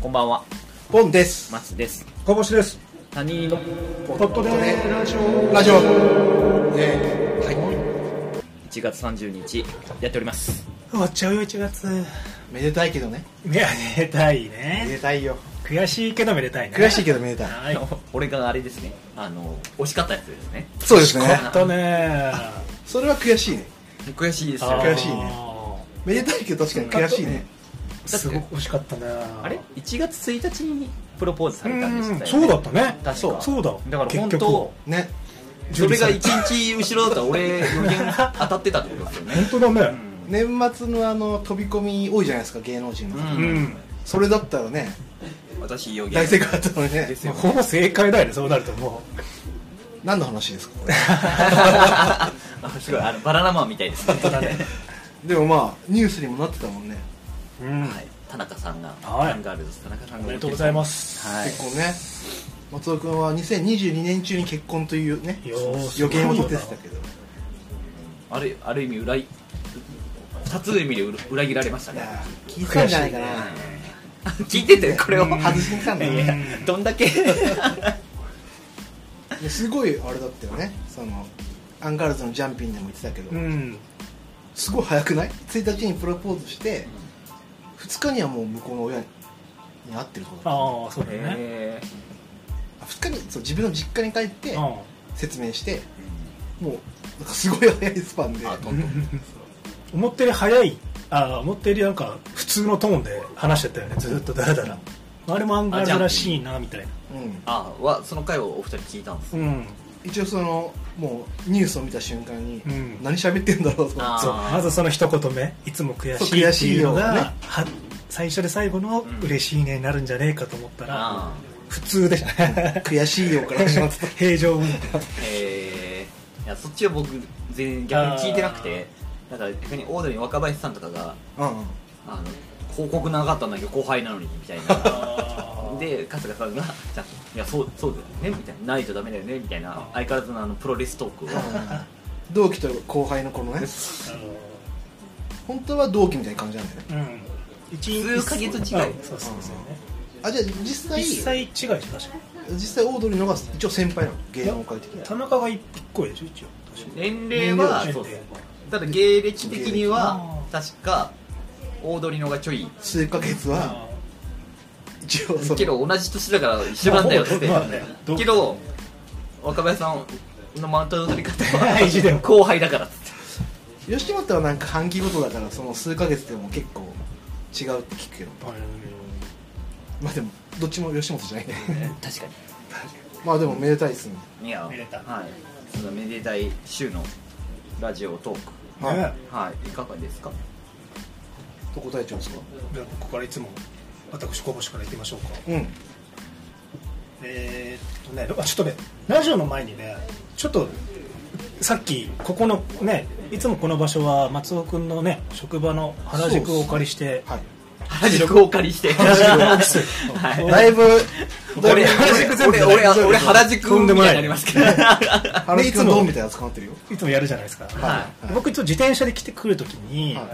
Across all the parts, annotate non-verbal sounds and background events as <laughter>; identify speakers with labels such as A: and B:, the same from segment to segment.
A: こんばんは、
B: ポンです。
A: 松です。
B: こぼしです。
A: 他人の
B: ポットでラジオ。ラジオ。ね。
A: 1月30日やっております。
C: 終わっちゃうよ1月
B: めでたいけどね。
C: めでたい
B: め
C: ね
B: でたいよ。
C: 悔しいけどめでたいね
B: 悔しいけどめでたい。
C: はい
A: <laughs> 俺があれですね、あの、惜しかったやつですね。
B: そうですね
C: あとね
B: それは悔しいね。
A: 悔しいですよ。
B: ー
A: だ
B: 悔しいねめでたいけど確かに悔しいね。
C: すごく惜しかったね
A: あれ ?1 月1日にプロポーズされたんでしたよ
C: う
A: ね。
C: んそうだったね
A: 確か
C: そうそう
A: だ
C: だ
A: から本
C: 結局
A: 当、
B: ね。
A: それが1日後ろだったら俺予言当たってたってことですよね。
C: 本当だね
B: 年末のあの飛び込み多いじゃないですか芸能人の、
A: うん
C: うん、
B: それだったらね
A: 私予言。
B: 大正解だったのにね
C: まあほぼ正解だよねそうなるとも
B: 何の話ですかこれ
A: <laughs> あすごい、あの、バナナマンみたいですね。
C: う本当だね
B: でもまあニュースにもなってたもんね
C: うん、
A: はい、田中さんが、
C: はい
A: ファンガールズ田中さんが
C: おめでとうございます
A: はい
B: 結婚ね松尾君は2022年中に結婚というね
C: いやー
B: 予言を立ててたけど
A: あるある意味裏い二つの意味で裏裏切られました
B: い
A: ね
B: やー聞いてたんじゃないかな
A: <laughs> 聞いててこれを
B: うん外しに来たんだよね
C: うん
A: どんだけ
B: ですごいあれだったよねそのアンガールズのジャンピンでも言ってたけど、
C: うん、
B: すごい早くない ?1 日にプロポーズして、2日にはもう向こうの親に会ってるってことだよね
C: ああそうだよね、
A: え
B: あ2日にそう自分の実家に帰って
C: うん
B: 説明して、もうなんかすごい早いスパンで
A: ーあトントン
C: 思ったより早いあー思ったよりなんか普通のトーンで話してたよねずっとだらだらあれもアンガールズらしいなみたいな
B: うん、
A: あはその回をお二人聞いたんです
C: うん
B: 一応そのもうニュースを見た瞬間に、
C: うん
B: 何喋ってんだろうと思っ
A: あ
B: て
A: ー
C: そうまずその一言目いつも悔しいっていうのが
B: そう悔しいよね
C: は最初で最後の
A: ん
C: 嬉しいねになるんじゃねえかと思ったら、
A: あ
C: 普通
A: <laughs>
C: でしたね
B: 悔しいよから始まってた
C: 平常
A: ーえーいやそっちを僕全然逆に聞いてなくてだから逆にオードリーの若林さんとかが
B: うんう
A: あ
B: ん
A: の報告なかったんだけど後輩なのにみたいなで春日さんが「じゃあいやそうそうだよね」みたいな「ないとダメだよね」みたいな相変わらずのあのプロレストークを
B: 同期と後輩のこのね本当は同期みたいな感じなんだよね
C: うん一
A: 数ヶ月違い
C: そうそうそうね
B: あじゃあ実際
C: 一切違いしましたね
B: 実際オードリーのが一応先輩なの芸能界的に
C: 田中が一個でしょ一応
A: 年齢はそうですただ芸歴的には確か大鳥のがちょい
B: 数ヶ月は一応その
A: けど同じ年だから一緒なんだよって
C: まあねど
A: けど若林さんのマウントの取り方
C: 大事だ
A: は
C: よ
A: 後輩だからっつって
B: 吉本はなんか半期ごとだからその数ヶ月でも結構違うって聞くけどまあでもどっちも吉本じゃないね
A: <laughs> 確か
B: まあでもめでたいっすね
A: にいや
C: めでた
A: はいそのめでたい週のラジオトーク
B: はい、
C: ね
A: はいいかがですか
B: と答えちゃうんですか
C: じゃあここからいつも私小星からいきましょうか
B: うん
C: えーっとねあちょっとねラジオの前にねちょっとさっきここのねいつもこの場所は松尾君のね職場の原宿をお借りして、
B: はい
A: 原宿をお借りして
C: 原宿
A: はい
B: だいぶだい
A: 俺
B: ぶ
A: 原宿全部俺俺俺俺原宿みたいになりますけどは
B: 原宿
C: いつも
B: のドンみたいな扱ってるよ
C: いつもやるじゃないですか、
B: はい
C: 僕ちょっと自転車で来てくるときに、
B: は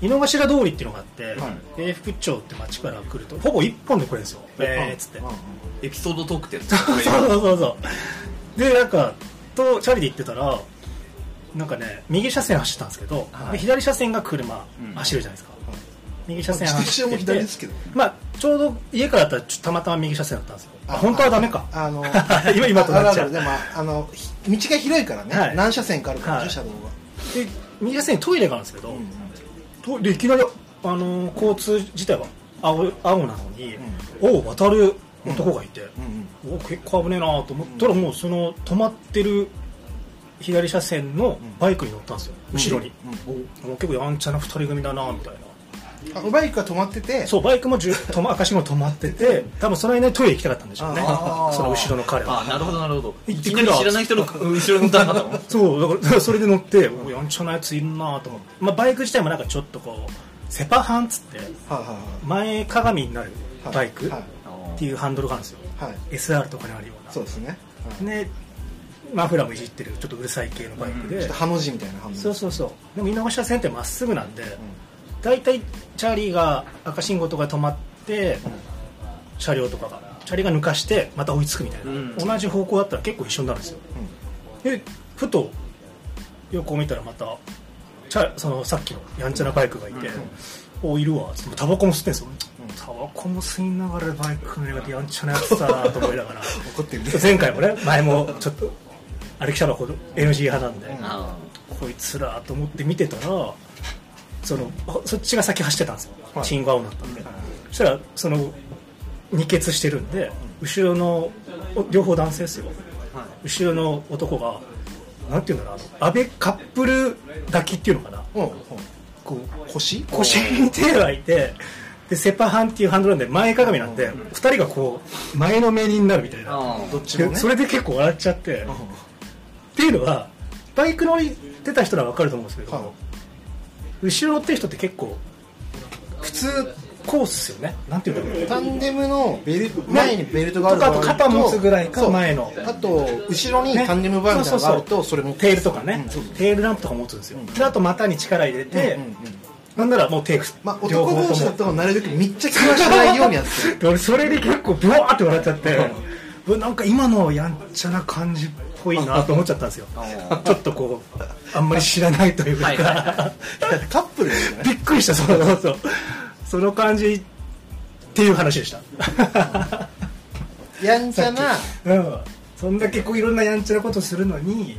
C: 井の頭通りっていうのがあって、
B: はい
C: 永福町って町から来るとほぼ一本で来れるんですよえーっつって、
B: うんうんう
A: <laughs>
B: ん
A: いエピソードトーク <laughs> ってやつ
C: <laughs> そうそうそうそうでなんかとチャリで行ってたらなんかね右車線走ったんですけど、
A: はい
C: で左車線が車
A: うん
C: 走るじゃないですか、
B: はい
C: 右車線
B: まあ自
C: 走って
B: 転車も左ですけど
C: まあ、ちょうど家からだったらちょたまたま右車線だったんですよあ本当はダメか
B: ああ
C: <laughs>
B: の
C: 今今となっちゃ
B: あるあ
C: う
B: るでもあのひ道が広いからね、
C: はい
B: 何車線かあるから、
C: はい
B: 車道が、
C: で右車線にトイレがあるんですけど、
B: うん
C: トイレいきなり、あのー交通自体は青青なのに、を渡る男がいて、
B: うん
C: お結構危ねえなと思ったらもうその止まってる左車線のバイクに乗ったんですよ、後ろに、お結構やんちゃな2人組だなみたいな
B: うん、あバイクが止まってて
C: そうバイクもじゅ止ま赤信号止まってて多分その間にトイレ行きたかったんでしょうね
B: あー
C: <laughs> その後ろの彼
A: あ
C: は
A: なるほどなるほどい
C: 行って
A: き
C: く
A: な
C: る
A: り
C: わ
A: 知らない人の後ろに乗ったんだと思う
C: そうだからだからそれで乗っておやんちゃなやついるなと思って、まあ、バイク自体もなんかちょっとこうセパハンっつって
B: はいはい
C: 前かがみになる
B: はい
C: バイクっ
B: はい
C: ていうハンドルがあるんですよ、
B: はい
C: SR とかにあるような
B: そうですね、はい
C: でマフラーもいじってるちょっとうるさい系のバイクで、
B: ちょっとハの字みたいなハンドル
C: そうそうそうでも見逃し車線ってまっすぐなんで大体、チャーリーが赤信号とかで止まって、車両とかがチャリが抜かしてまた追いつくみたいな、
A: うん
C: 同じ方向だったら結構一緒になるんですよでふと横を見たらまたチャそのさっきのやんちゃなバイクがいて、おいるわっつってタバコも吸ってんすよ、タバコも吸いながらバイクのややんちゃなやつだなと思いながら
B: 怒ってるね
C: 前回もね前もちょっと歩きタバコ NG 派なんで、
A: あ
C: こいつらと思って見てたらそのほそっちが先走ってたんですよ、
B: はい
C: 信号青だったんで、そしたらその二欠してるんで後ろのお両方男性ですよ
A: あはい
C: 後ろの男がなんていうんだろうあの安倍カップル抱きっていうのかな
B: うんうんこう腰
C: 腰に手を開いてでセパハンっていうハンドルなんで前かがみなんで二人がこう前のめりになるみたいな
A: あ
B: <laughs> ど
A: ー
B: っちも
C: で
B: ね
C: それで結構笑っちゃって、
B: うん
C: っていうのはバイク乗り出た人なら分かると思うんですけど、
B: はい
C: 後ろ乗ってる人って結構普通こうっすよねなんていうんだろう
B: タンデムのベル前にベルトがある
C: とかあと肩持つぐらいか
B: そう
C: 前の
B: あと後ろにタンデムバイクみたいなのがあるとそれも
C: テールとかね、
B: うんそうそう
C: テールランプとか持つんですよ、であと股に力入れて、
B: うんうんうん
C: なんならもうテーク
B: まあ男同士だ
C: と
B: となるべく密着はしないようにやってる
C: <laughs> 俺それで結構ブワーって笑っちゃってうわなんか今のやんちゃな感じっぽいなと思っちゃったんですよちょっとこうあんまり知らないというか、
A: はいはい
B: <laughs> カップルですよね
C: <laughs> びっくりしたそうそうそうその感じっていう話でした
B: やんちゃな
C: うんそんだけこういろんなやんちゃなことするのに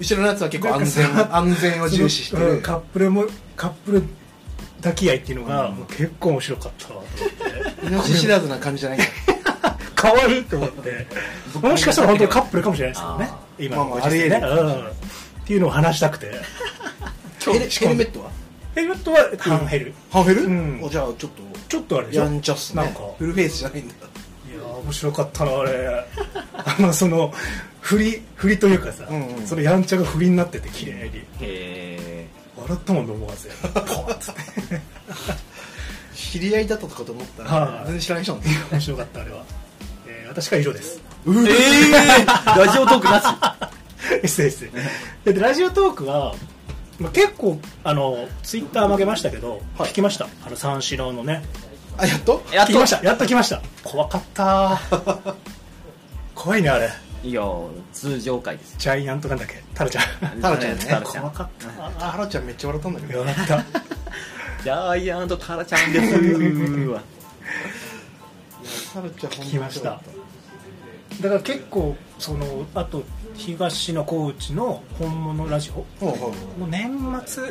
B: 後ろのやつは結構安
C: なんか
B: 全
C: さ
B: 安全を重視して
C: そのう
B: る
C: んカップルもカップル抱き合いっていうのが、もう結構面白かったわと思って
B: 命知らずな感じじゃ <laughs> ない
C: 可愛いと思ってもしかしたら本当にカップルかもしれないですよね
A: あ
C: 今
B: まあ
C: の
B: まあ
C: ご時世ね、
B: あり
C: うんっていうのを話したく <laughs> て
B: ヘルヘルメットは
C: ヘルメットは半ヘル、
B: ハーフヘル、
C: うん
B: おじゃあちょっ
C: ちょっとあれ
B: と
C: でしょ
B: やんちゃっすね
C: なんか
B: フルフェイスじゃないんだ
C: いやー面白かったなあれあのその振り振りというかさ、
B: うんうん
C: そのやんちゃが振りになってて綺麗に
A: へ
C: 笑ったもんと思わずポッつって
B: 知り合いだったとかと思った
C: は
B: ら
C: い
B: 全然知らない人なんだ
C: 面白かったあれは、えー私から以上です
A: えええラジオトークなし
C: 失礼失礼でラジオトークは、まあ、結構あのツイッター曲げましたけど、
B: はい
C: 聞きましたあの三四郎のね
B: あやっと
A: やっ
C: 聞
A: と
C: きましたやっと来ました怖かった怖いねあれ
A: いや通常回です
C: ジャイアントなんだっけタラちゃん
B: タラちゃんね
A: タラちゃ
C: 怖
A: ん
C: かった
B: あハラちゃんめっちゃ笑ったんだけど
C: 笑った
A: ジャイアントタラちゃんですうわ
B: ハラちゃんほん
C: 聞
B: に
C: きましただから結構そのあと東の高知の本物ラジオ
B: 面白かったほうほう
C: もう年末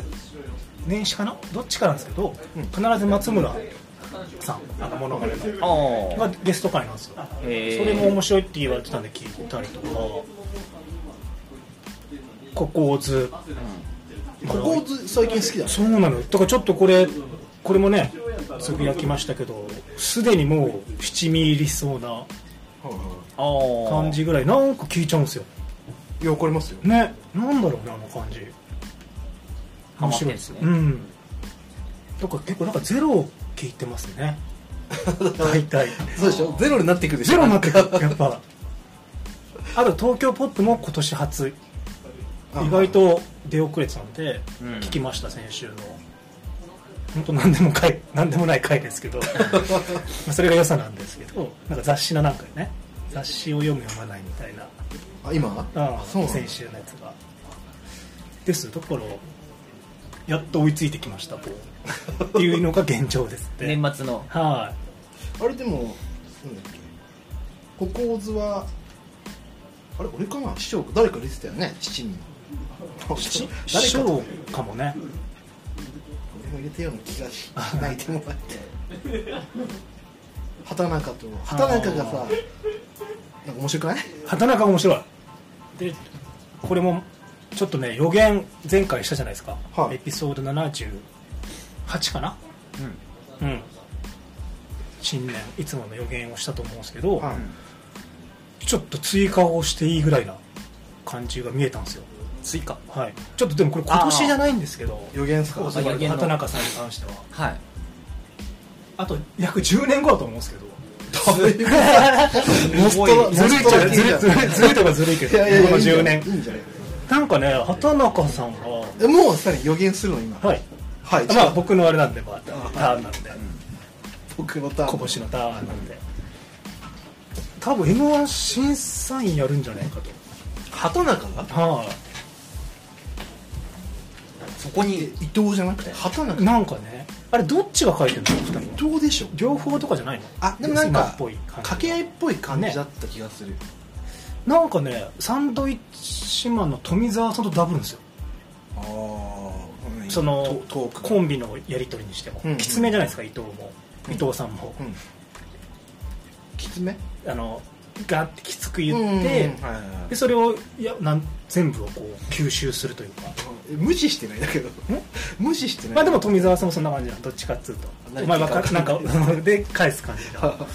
C: 年始かなどっちかなんですけど、
B: うん
C: 必ず松村さんあの物語の
A: あ
C: が
A: ー
C: ゲスト会なんですよそ
A: へー
C: れも面白いって言われてたんで聞いたりとかここをず
B: ほうここず最近好きだね
C: そうなのよだからちょっとこれこれもねつぶやきましたけどすでにもう七味入りそうな
B: ほうほ
A: あー
C: 感じぐらいなんか聞いちゃうんですよ
B: ういや怒りますよ
C: ねなんだろうねあの感じ
A: ハマってんですね
C: うんだから結構なんかゼロを聞いてます
A: <laughs>
C: ね大体
B: そうでしょゼロになっていくでしょ
C: ゼロになってくるやっぱあと東京ポップも今年初意外と出遅れてたんで
A: うん
C: 聞きました、先週の本当何でも回何でもない回ですけ
A: <laughs>
C: どまあそれが良さなんですけどなんか雑誌のなんかね雑誌を読む読まないみたいな
B: あ今
C: ああ
B: そうなんだ
C: 先週のやつがですだからやっと追いついてきましたこうっていうのが現状ですって
A: 年末の
C: は
B: あれでもなんだっけここずはあれ俺かな師匠か誰か出てたよね七人
C: い
B: 七
C: 師
B: 誰かと
C: 匠かもね
B: 俺も入れたような気がしないでもらって畑中と畑中がさなんか面白くない
C: 畑中面白いでこれもちょっとね予言前回したじゃないですか、
B: はい
C: エピソード78かなうん新年いつもの予言をしたと思うんですけど、
B: はい
C: ちょっと追加をしていいぐらいな感じが見えたんですよ
A: 追加
C: はい、ちょっとでもこれ今年じゃないんですけど
B: 予言っすか
C: 大
A: あ予
C: 阪
A: 言の
C: 畑中さんに関しては
A: はい
C: あと約10年後だと思うんですけど
B: だいぶ
A: すごい
C: ずるいっちゃずるいずるいずるいとかずるいけ
B: い
C: ど
B: やいやいや
C: この10
B: いい
C: 年
B: んじゃない
C: なんかね畑中さんが
B: えもうさらに予言するの今
C: はい
B: はい
C: まあ僕のあれなんでまあターンなんで
B: 僕のターン
C: こぼしのターンなんで多分 m 1審査員やるんじゃないかと
B: 畑中が
C: は
A: そこ
B: え
A: に
B: 伊藤じゃなくて畑
C: い
B: 中
C: なんかねあれどっちが書いてるの2人
B: 伊藤でしょ
C: 両方とかじゃないの
B: あでもなん
C: 今
B: か
C: っぽい感じ
B: 掛け合いっぽい感じだった気がする、
C: なんかねサンドイッチマンの富澤さんとダブるんですよ
B: ああ、うん
C: その
B: トトーク
C: コンビのやり取りにしても、
B: うんうん
C: きつめじゃないですか伊藤も、
B: うん
C: 伊藤さんも、
B: うんきつめ
C: あのガッてきつく言
B: うんうんうん
C: って、
B: はいはいはい
C: でそれをいやなん全部をこう吸収するというか
B: 無視してないだけど無視してない
C: まあでも富澤さんもそんな感じなのどっちかっつうと
B: 何
C: お前ばっかなんか <laughs> で返す感じ
B: は <laughs>
C: が
B: は好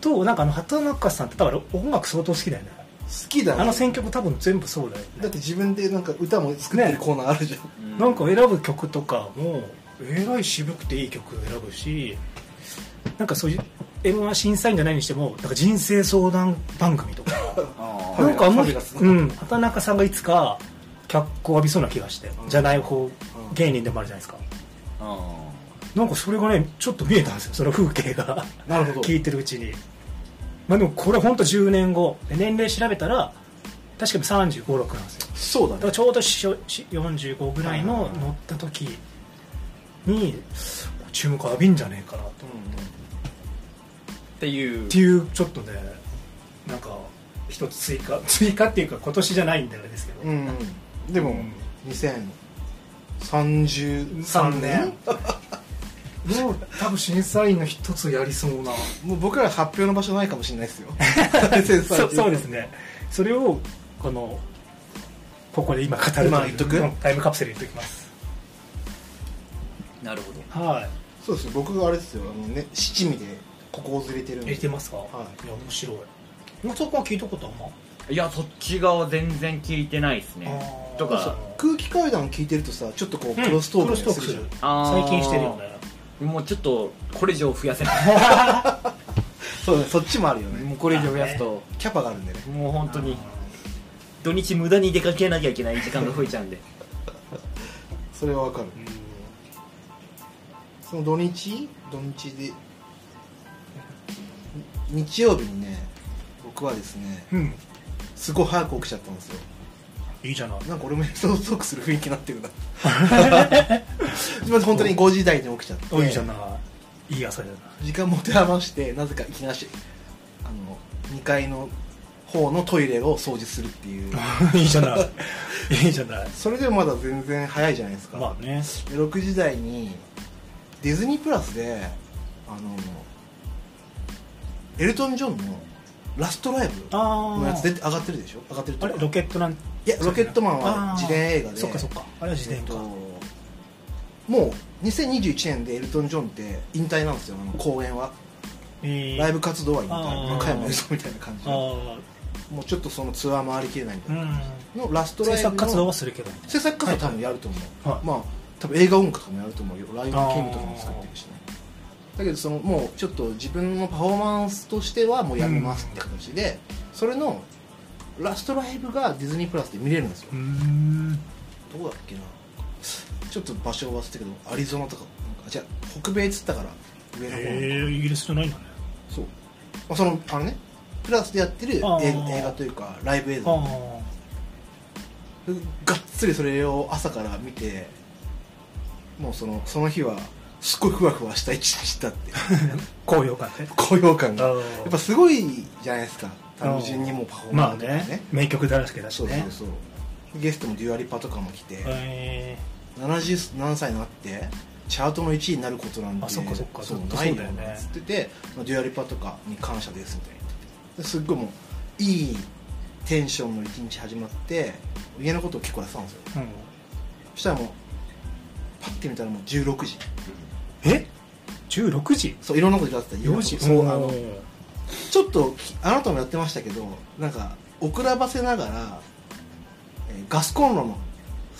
C: となんかあの畑中さんって多分音楽相当好きだよね
B: きだ
C: あ
B: な
C: の選曲多分全部そうだよ
B: だ
C: ね
B: って自分でなんか歌も作ってる
C: ね
B: コーナーあるじゃん、
C: なんか選ぶ曲とかもえらい渋くていい曲を選ぶしなんかそういう m 1審査員じゃないにしてもなんか人生相談番組とか
A: あ
B: フ
A: ー
B: ァビ
C: なんかあんま
B: ファビ
C: り、
B: ュラス
C: うん、畑中さんがいつか脚光を浴びそうな気がして、
B: うん
C: じゃない方
B: うん
C: 芸人でもあるじゃないですか
A: あ
C: なんかそれがねちょっと見えたんですよその風景が
B: なるほど
C: 聞いてるうちにまあでもこれ本当10年後で年齢調べたら確かに3 5 6なんですよ
B: そうだ
C: だか
B: ね
C: らちょうどしし45ぐらいの乗った時に注目浴びんじゃねえかなとっ
A: ーっていう
C: ていうちょっとねなんか一つ追加 <laughs> 追加っていうか今年じゃないんだよねですけど、
B: うん、うんうん、でも、2033年
C: もう多分審査員の一つやりそうな
B: もう僕ら発表の場所ないかもしれない
C: <laughs>
B: ですよ
C: そうそうです
B: ね
C: ねそれをこのここで今語るという
B: 今言っとく
C: うんタイムカプセル言っときます
A: なるほど
C: はい
B: そうですよ僕あれですよあのね七味でここをずれてるん
C: 入れ
B: で
C: てますか、
B: はい
C: いや面白い松岡は聞いたことあんま
A: いやそっち側全然聞いてないですね
C: あー
A: と
C: そう
A: か
B: 空気階段聞いてるとさちょっとこう
C: うん
B: クロストーク
C: クロストークする
A: あー
C: 最近してるよね
A: もうちょっとこれ以上増やせない
B: そうだねそっちもあるよね
A: もうこれ以上増やすと
B: キャパがあるんでね
A: もう本当に土日無駄に出かけなきゃいけない時間が増えちゃうんで
B: それはわかる
C: うん
B: その土日土日でに日曜日にね僕はですね
C: うん
B: すごい早く起きちゃったんですよ
C: いいじゃない
B: なんか俺もエピソードトークする雰囲気になって
C: <laughs>
B: るなすみません本当に5時台に起きちゃって
C: おいいじゃないいい朝じゃない
B: 時間持て余してなぜかいきなしあの2階の方のトイレを掃除するっていう
C: いいじゃない
B: <laughs>
C: いいじゃない
B: それでもまだ全然早いじゃないですか、
C: まあね
B: で6時台にディズニープラスであのエルトン・ジョンのラストライブ
C: あ
B: のや
C: あ
B: つ出て上がってるでしょ上がってると
C: あれロケットなんい
B: いやロケットマンは自伝映画で
C: そっかそっかあれは自伝
B: えっ
C: か、
B: ともう2021年でエルトン・ジョンって引退なんですよあの公演は
C: えー
B: ライブ活動は引
C: あ
B: 退
C: ー
B: 中山由美みたいな感じで
C: あ
B: もうちょっとそのツアー回りきれないみた
C: あう
B: いなんのラストライ
C: 制
B: ブの
C: 作活動はするけど
B: 制作活動は多分やると思う、
C: はい
B: まあ多分映画音楽とかもやると思うよ「ライオンキング」とかも作ってるしねだけどそのもうちょっと自分のパフォーマンスとしてはもうやめますって形で、それのラストライブがディズニープラスで見れるんですよ
C: うーん
B: どこだっけなちょっと場所忘れたけどアリゾナとかなんかじゃ北米っつったから上の方、
C: えー、イギリスじゃないんだね
B: そう、まあ、そのあのねプラスでやってる映
C: あ
B: 画
C: ー
B: 映画というかライブ映
C: あ
B: 像
C: あ
B: がっつりそれを朝から見てもうそのその日はすごいふわふわした一日だって
C: <laughs> 高揚感ね
B: 高揚感が
C: あ
B: や
C: ー
B: っぱすごいじゃないですか単純にもうパフォー
C: ま
B: マ
C: あ
B: ンスとかね,、
C: ね名曲だらけだし
B: そう
C: ね
B: そうそうゲストもデュアリパとかも来て、
C: え
B: 70何歳になってチャートの1位になることなんて
C: あそっかそっか
B: そう
C: ずっと
B: ないよ
C: そうだよね
B: っつっててまあデュアリパとかに感謝ですみたいなですっごいもういいテンションの一日始まって家のことを結構やってたんですよ
C: ーうん、
B: そしたらもうパッて見たらもう16時
C: え16時
B: そういろんなことやってた
C: 4時
B: そう
C: うん
B: あのちょっときあなたもやってましたけどなんか遅らばせながら、えーガスコンロの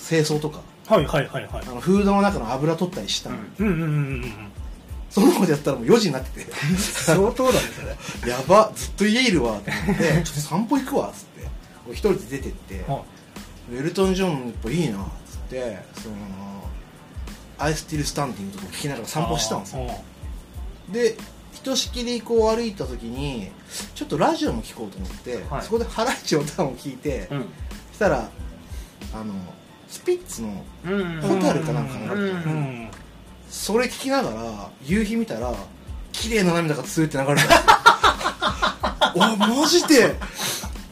B: 清掃とか
C: はいはいはいはい
B: あのフードの中の油取ったりしたの、
A: うん
C: うんうんうんうんうん
B: そんなことやったらもう4時になってて
C: 相当だねそれ
B: やばずっと家いるわと思ってちょっと散歩行くわっつって俺一人で出てって
C: は
B: ウェルトン・ジョンやっぱいいなっつってそのアイスティル・スタンディングとか聞きながら散歩してたんですよ
C: よ
B: でひとしきりこう歩いた時にちょっとラジオも聞こうと思って、
C: はい
B: そこでハライチのターンを聞いて、
A: うん
B: そしたらあのスピッツの
A: うん
B: 「ホタルかなんかな、
A: うん
C: うん
B: それ聞きながら夕日見たら綺麗な涙がツーって流れたお
C: <laughs>
B: マジで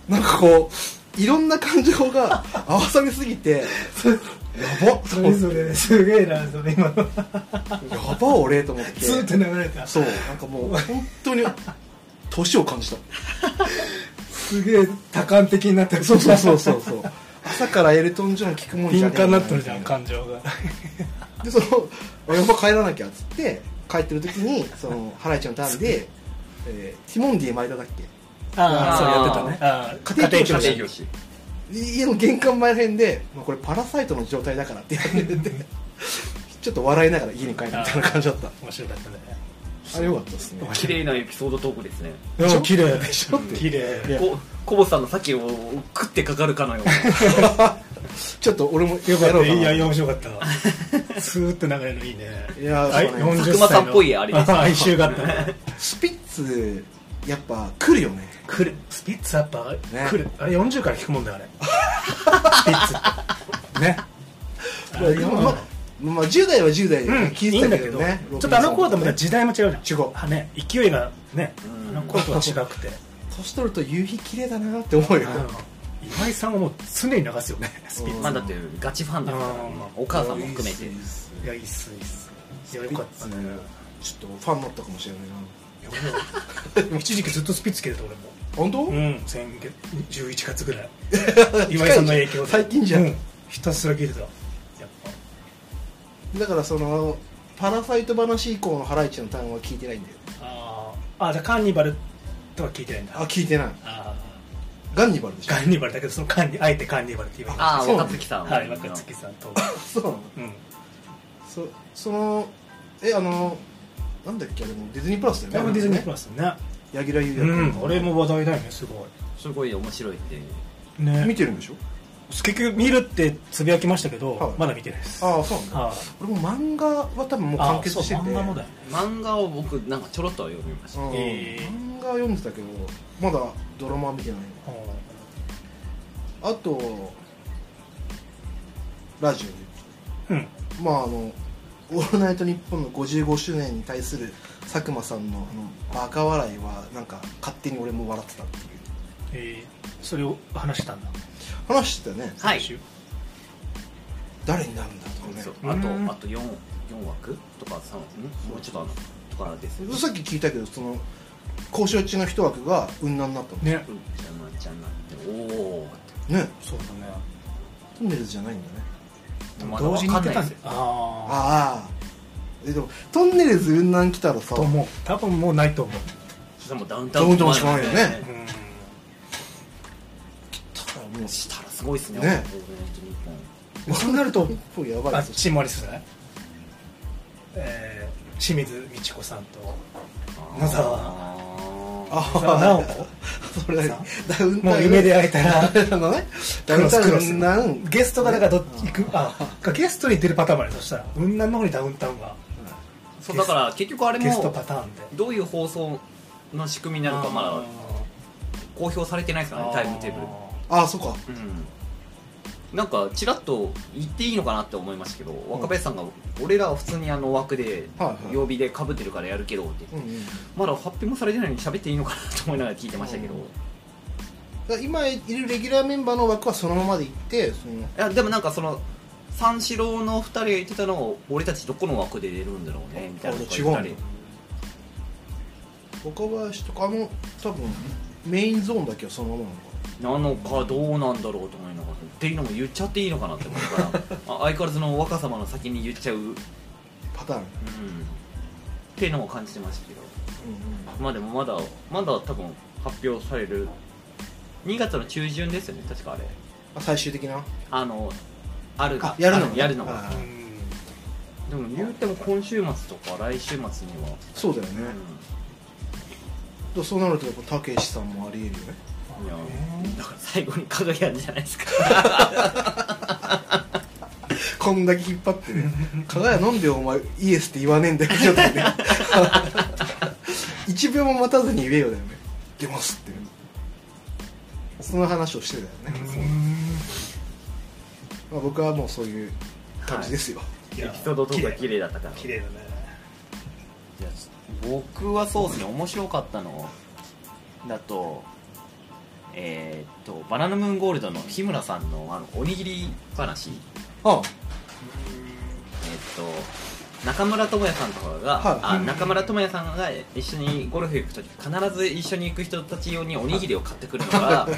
B: なんかこういろんな感情が合わされすぎてやば
C: それぞれすげえなそれ今の
B: やば俺と思って
C: ツーって流れた
B: そうなんかもう本当に年を感じた
C: すげえ多感的にな <laughs> ってる
B: そうそうそうそうそう朝からエルトン・ジョン聞くもんじゃ
C: 敏
B: ねえ
C: 感になってるじゃん
B: みたい
C: 感情が
B: なでその俺も帰らなきゃっつって帰ってる時にそのハライチのターンで、えーティモンディ巻いただっけ
C: ああそうやってたねああ
B: 家庭教
A: 家庭教師
B: 家の玄関前ら辺で、まあ、これパラサイトの状態だからって <laughs> 言われてちょっと笑いながら家に帰ったみたいな感じだった
C: 面白かったね
B: あれよかったですね
A: 綺麗なエピソードトークですね
B: でしょ
C: 綺麗
B: でしょって
C: 綺麗
A: こコボさんの先を食ってかかるかのような
B: <laughs> ちょっと俺も
C: よか
B: や
C: った
B: ろうか
C: い
B: な
C: やいや面白かったスーって流れるのいいね
B: いや
C: はい
B: そうね
C: 40歳
A: 佐久
C: の
A: 間さんっぽいあれです
C: <laughs> あ哀愁があった
B: <laughs>
C: ね
B: スピッツやっぱ来るよね
C: 来るスピッツやっぱ来るあれ40から聞くもんだよあれ
B: <laughs>
C: スピッツってねあれ
B: まままあ、10代は10代で
C: うん、
B: 聞い
C: いい
B: てた
C: んだ
B: け
C: け
B: ど
C: ど、
B: ね、
C: ちょっとあの頃とまた
B: ね
C: 時代も違うじゃん
B: 違う
C: あね勢いがね
A: うん
C: あの頃とは違くて
B: 年取ると夕日綺麗だなって思 <laughs> うよ、
C: あの今井さんはもう常に流すよねスピッ
A: <laughs>
C: ツ
A: まあだってガチファンですからね
C: うん
A: お母さんも含めて
C: いやいいっすいいっすいやよかっ
B: <laughs>
C: たっすね
B: ちょっとファンになったかもしれないない
C: や俺も一時期ずっとスピッツつけてた俺も
B: 本当、
C: <laughs> うん先月11月ぐらい今井さんの影響で
B: 最近じゃん
C: うひたすら聞いてたやっぱ
B: だからそのパラサイト話以降のハライチの単語は聞いてないんだよ
C: あーあじゃあカンニバルとは聞いてないんだ
B: あ聞いてない
C: あ
B: ガンニバルで
C: ー
B: しょ
C: カンニバルだけどそのカンニあえてカンニバルって言われ
A: ああ
B: そう
A: 若槻さん
C: はい若槻さんと
B: そうなの
C: うん
B: そそのえあのなんだっけあれもディズニープラスだ
C: だい
B: よ
C: ぶ
B: ね
C: ディズニープラスだね
B: 柳楽優弥
C: う
B: 君
C: ん俺も話題だよねすご
A: すごい面白いって
C: いね
B: 見てるんでしょ
C: 結局見るってつぶやきましたけど、
B: はい
C: まだ見てないです
B: ああそうなんだ
C: はい
B: 俺も漫画は多分もう完結してて
C: あそう漫画もだよね
A: 漫画を僕なんかちょろっとは読みまし
B: う
A: た
B: ん
C: え
B: 漫
C: ー
B: 画読んでたけどまだドラマは見てないあとラジオで
C: うん
B: まああの「オールナイトニッポン」の55周年に対する佐久間さんのあのバカ笑いはなんか勝手に俺も笑ってたっていう
C: えー、それを話したんだ
B: 話して
C: <laughs>
B: たよね
A: はい
C: 先週
B: 誰になるんだとかね
A: そう
C: うん
A: あとあと 4, 四枠とか3枠んもうちょっとあのとかですね
B: さっき聞いたけどその交渉中の一枠が雲南になったのね
C: ね
A: うんちゃなちゃなっておお
C: そうだね
B: トンネルズじゃないんだね
A: まだわかんないですよ
C: あ
B: ああえでもトンネルズ雲南来たら
C: あ
B: さ
C: と思う多分もうないと思う
A: それもダウンタ
B: ダ
A: ウ
B: ウ
A: ン
B: ンタウンしかないよね
C: う
A: ね
C: ん
B: たらもう
A: したらすごいっすね
B: ね
A: オールナイトニッポン
C: そうなると
B: 一方やばい
C: あ
B: や
C: っ
B: つ
C: ちもありそうじゃないえー、清水美智子さんと <laughs> 野沢
A: あ
B: あ
C: 野沢直子
B: それ
C: さ
B: ダウンタウン
C: もう夢で会えたら
B: あのねダウンタウン
C: クロス
B: 雲南
C: <laughs> ゲストがだからどっち行くあゲストに出るパターンもあるそしたら雲南の方にダウンタウンが
A: そうだから結局あれ
C: ゲスト
A: も
C: パターンで
A: どういう放送の仕組みになるかまだ公表されてないですからねタイムテーブル
B: ああそうか
A: うんなんかちらっと言っていいのかなって思いましたけど若林さんが俺らは普通にあの枠で
B: はいはい
A: 曜日でかぶってるからやるけどって
B: うんうん
A: まだ発表もされてないのに喋っていいのかなと思いながら聞いてましたけど
B: うん
A: い
B: だから今いるレギュラーメンバーの枠はそのままでいってその
A: やでもなんかその三四郎の二人が言ってたのを俺たちどこの枠で出るんだろうねみたいなこと言ったり
B: あ違う若林とかあの多分メインゾーンだけはそのままなのか
A: なのかどうなんだろうと思いながらっていうのも言っちゃっていいのかなって思うからあ
B: <laughs>
A: 相変わらずの若様の先に言っちゃう、うん、っ
B: なパターン、うん
A: ていうのも感じてましたけどまあでもまだまだ多分発表される2月の中旬ですよね確かあれ
B: あ最終的な
A: あのあるが
B: あやるの
A: あ
B: が
A: やるの
B: あ
A: が
B: ー
A: でも言うても今週末とか来週末には、
B: そうだよね、とそうなるとやっぱたけしさんもありえるよね
A: うん、いやだから最後に輝やんじゃないですか
B: こんだけ引っ張って <laughs> ね「かがや飲んでよお前イエスって言わねえんだよ」ちょっとね1秒も待たずに言えよだよね出ますってその話をしてたよね、まあ、僕はもうそういう感じですよ、
A: エピソードトークが綺麗だったから
C: 綺麗だね
A: いや僕はそうですね面白かったのだとえーっとバナナムーンゴールドの日村さんのあのおにぎり話え
B: あ
A: ーっと中村智也さんとかが、
B: はい
A: あ中村智也さんが一緒にゴルフ行く時必ず一緒に行く人たち用におにぎりを買ってくるのが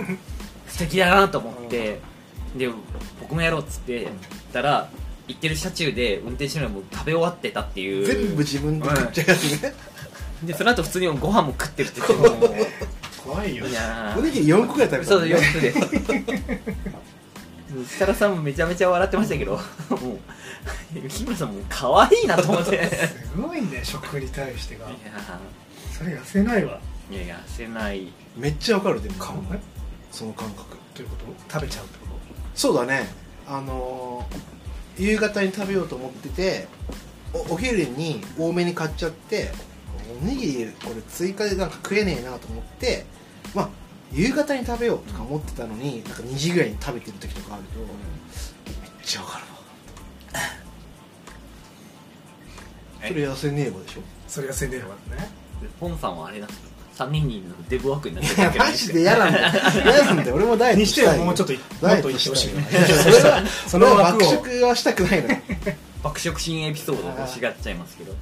A: <laughs> 素敵だなと思ってで僕もやろうっつってたら行ってる車中で運転しながらもう食べ終わってたっていう
B: 全部自分で食っちゃうやつね、
A: でその後普通にご飯も食ってるって言って
C: 怖いよ
A: たい
C: ね
A: や
B: <laughs> おにぎり4個ぐらい食べた
A: そう
B: もん
A: だ
B: ね
A: よくでうん <laughs> 設楽さんもめちゃめちゃ笑ってましたけどもう日村さんもう可愛いなと思っていや
C: すごいね食に対してがそれ痩せないわ
A: いやいやせない
B: めっちゃわかるでも
C: 顔が
B: その感覚
C: ということ食べちゃうってこ
B: そうだねあのー夕方に食べようと思ってておお昼に多めに買っちゃっておにぎりこれ追加でなんか食えねえなと思ってまあ夕方に食べようとか思ってたのに、なんか2時ぐらいに食べてる時とかあると、めっちゃわかるわ
A: え
B: それ痩せねえわで
C: <laughs>
B: しょ
C: とそれ痩せねえわね
A: でポンさんはあれだ3人にのデブ枠になっ
B: い
A: て
B: や
A: る
B: マジで嫌なんだよ嫌なんだよ俺もダイエット
C: に
B: し
C: したて
B: いよ
C: はもうちょっといもっと言ってほしいよね
B: ダイエットしたいよ <laughs> そ
C: そ
B: れ
C: の
B: は
C: 枠
B: 爆
C: を
B: 食はしたくないのよ
A: 爆食新エピソード欲しがっちゃいますけど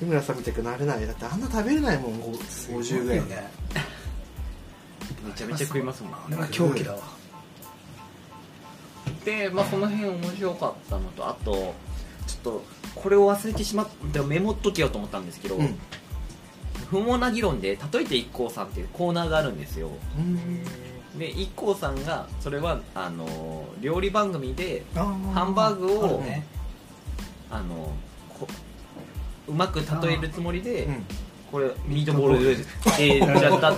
B: 日村さんみたくなれないだってあんな食べれないもんご50ぐらいで
A: めちゃめちゃ食いますもん
C: これは狂気だわ
A: で、まあ、その辺面白かったのとあとちょっとこれを忘れてしまってメモっとけようと思ったんですけど、
B: うん
A: 不毛な議論で例えて IKKO さんっていうコーナーがあるんですよで IKKO さんがそれはあの料理番組でハ
C: ハ
A: ンバーグを、
B: ね
A: あのこうまく例えるつもりで、
B: うん
A: これミートボールって言っちゃった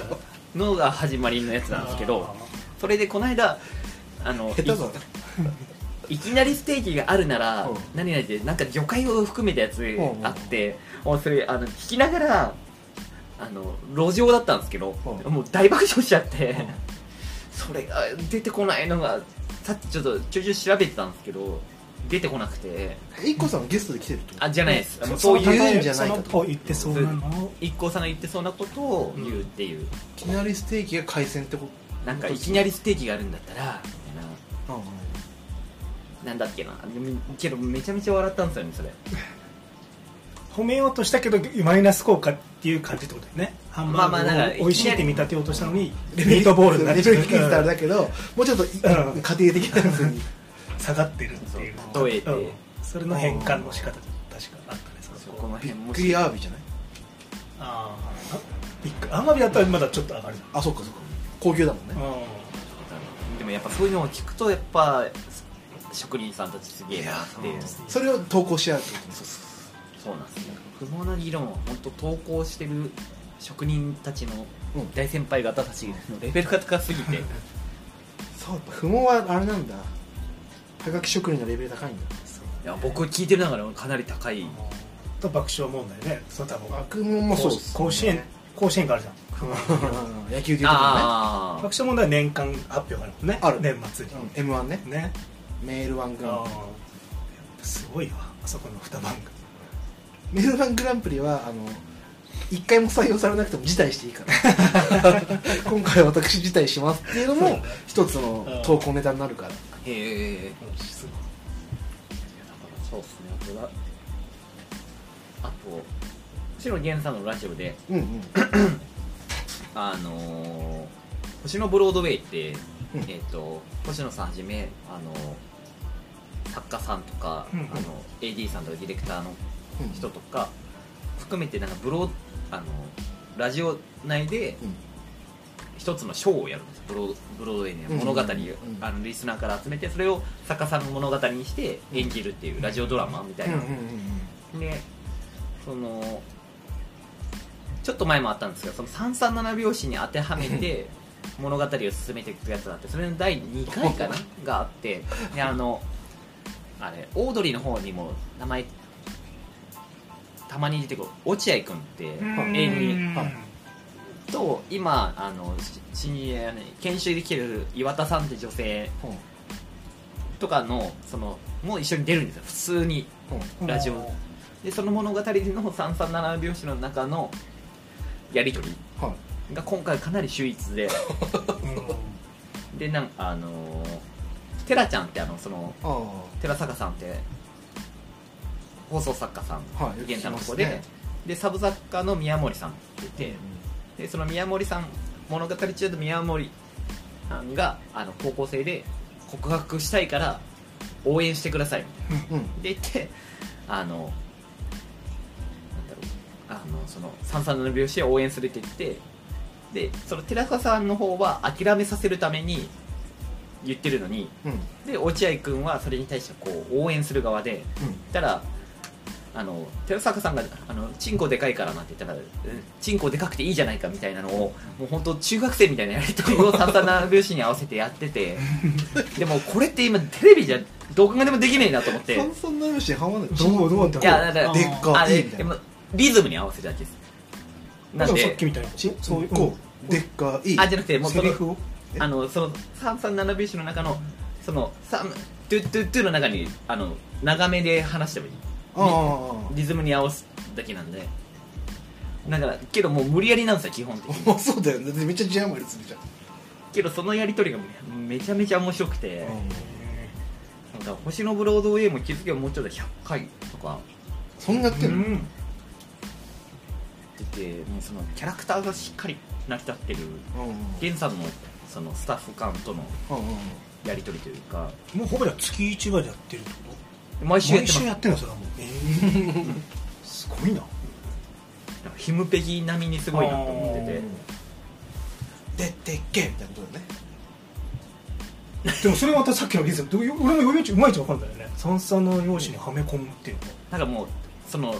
A: のが始まりのやつなんですけどそれでこの間あの
B: 下手だない
A: きなりステーキがあるなら、
B: うん
A: 何々でなんか魚介を含めたやつあって、もうそれあの聞きながらあの路上だったんですけど、
B: うん
A: もう大爆笑しちゃって、それが出てこないのがさっきちょっとちょいちょい調べてたんですけど出てこなくて
B: IKKO さんゲストで来てるってこと
A: あじゃないです、あの
B: そ
A: そうう
B: い
A: いうう
B: 言んじゃないかと
C: そのこう言ってそうなのを
A: IKKO さんが言ってそうなことを言うっていう、
B: いきなりステーキが海鮮ってこ
A: なんかいきなりステーキがあるんだったらみたいな
B: と
A: なんだっけなでもけどめちゃめちゃ笑ったんですよねそれ
C: 褒めようとしたけどマイナス効果っていう感じってことだよねハンバ
A: まあまあだか
C: ー
A: ら
C: グを美味しいって見立てようとしたのにミートボールになっ
B: レ
C: ち
B: ベ
C: ゃ
B: ル低いって言ったらあれ
C: う
B: だけどもうちょっとい家庭
C: うん
B: 的なやつに
C: 下がってるっていう
A: そう例えて
C: うんそれの変換の仕方確かあったねそ
A: そ
C: こ
A: この
B: ビ
A: 辺
B: ッ
A: も
B: グイアワビじゃない
C: ああビッグアマビだったらまだちょっと上がる
B: あそっかそっか高級だもんね
A: でもやっぱそういうのを聞くとやっぱ職人さんたちすげえなって
B: いや
C: そう
B: それを投稿し合うってことね
A: そうなんですよ不毛な議論を本当投稿してる職人たちの
B: うん
A: 大先輩方たちのレベルが高すぎて
B: そう不毛はあれなんだはがき職人のレベル高いんだ
C: そう
A: <laughs> いや僕聞いてる中でもかなり高い
C: と爆笑問題ねその多分
B: 悪夢もそうです <laughs>
C: 甲子園甲子園があるじゃ
B: う
C: ん
B: ん野球でいうとこ
A: あ
C: 爆笑問題は年間発表があるもんね
B: ある
C: 年末に
B: ね m 1ね
C: ね
B: メールワングラン
C: あ
B: プ
C: あすごいわあそこの二番組
B: リメールワングランプリはあの一回も採用されなくても辞退していいから今回私辞退しますっていうのも一つの投稿ネタになるか
A: あ
B: ら
A: へえ
C: す
A: そ
C: ごい
A: うっすねあとはあと星野源さんのラジオで
B: うんうん
A: あのー星野ブロードウェイって、
B: うん
A: えっ、と星野さんはじめあの作家さんとか、
C: うんうん
A: あの AD さんとかディレクターの
B: うん
A: 人とか含めてなんかブローあのラジオ内で
B: うん
A: 一つのショーをやるんですブローブロードウェイの
B: うんうん
A: 物語を、
B: うん
A: あのリスナーから集めてそれを作家さんの物語にして演じるっていうラジオドラマみたいな、
B: うんうんうん
A: でそのちょっと前もあったんですがその337拍子に当てはめて物語を進めていくやつがあってそれの第2回かながあってであのあれオードリーの方にも名前たまに出てくる落合君って
C: うん
A: 絵に
B: はい
A: と今あのし新入りあの研修で来てる岩田さんって女性
B: ほん
A: とかのそのもう一緒に出るんですよ普通に
B: ほん
A: ラジオでその物語の337拍子の中のやり取り
B: はい
A: が今回かなり秀逸
B: <laughs>
A: で
C: う
A: でなんかあのーテラちゃんってあのその
B: あ
A: 寺坂さんって放送作家さん
B: あはい
A: 現代の子
B: よ
A: で、
B: く聞きますね
A: でサブ作家の宮森さんっていて、でその宮森さん物語中の宮森さんがあの高校生で告白したいから応援してくださいみ
B: うんうん
A: たいなで言ってあのなんだろうあのその三三の拍子を応援するって言ってでその寺坂さんの方は諦めさせるために言ってるのに
B: うん
A: で落合君はそれに対してこう応援する側でたらあの寺坂さんが「あのチンコでかいからな」って言ったらうん「チンコでかくていいじゃないか」みたいなのをもう本当中学生みたいなやり取りをサンタナ拍子に合わせてやっててでもこれって今テレビじゃどこがでもできねえなと思って
B: うん三三なるし半分で
C: どうどう
B: で
C: ど
B: っ
C: う
A: いやだから
B: でっか
A: あ
B: い
A: れ
B: いみた
A: で
B: い
A: も
B: な
A: リズムに合わせるだけですなん
C: ん、でもさっ
A: で
C: きみたいな
B: ちん
C: そういう
B: こうでっかい
A: あじゃなくてもう
C: セ
A: そ
C: リ
A: の
C: フを
B: え
A: あのその337拍子の中のその3トゥットゥットゥの中にあの長めで話してもいい
B: ああ
A: リズムに合わすだけなんでだからけどもう無理やりなんですよ基本的に
B: あそうだよねだってめっちゃジャンもりつぶじゃん
A: けどそのやり取りがめちゃめちゃ面白くて、
B: うん
A: なんか星のブロードウェイも気づけばもうちょっと100回とか
B: そんなやって
C: うん
B: の
C: ん
A: 出てもうそのキャラクターがしっかり成り立ってる
B: うんうん
A: 源さんのそのスタッフ間との
B: うんうん
A: やり取りというか
C: もうほぼじゃあ月1話でやってるってこ
A: 毎
C: と
A: 週やっ
C: 毎
A: てます
C: 週
A: なん
C: や
A: か
C: ってんのそれはもうすごいな
A: ヒムペギ並みにすごいなと思ってて
B: ででっけえみたいなことだよね
C: でもそれはまたさっきのリズムどういう俺も読み道うまいち分かるんだよね三三の用紙にはめ込むっていうの
A: なんかもうその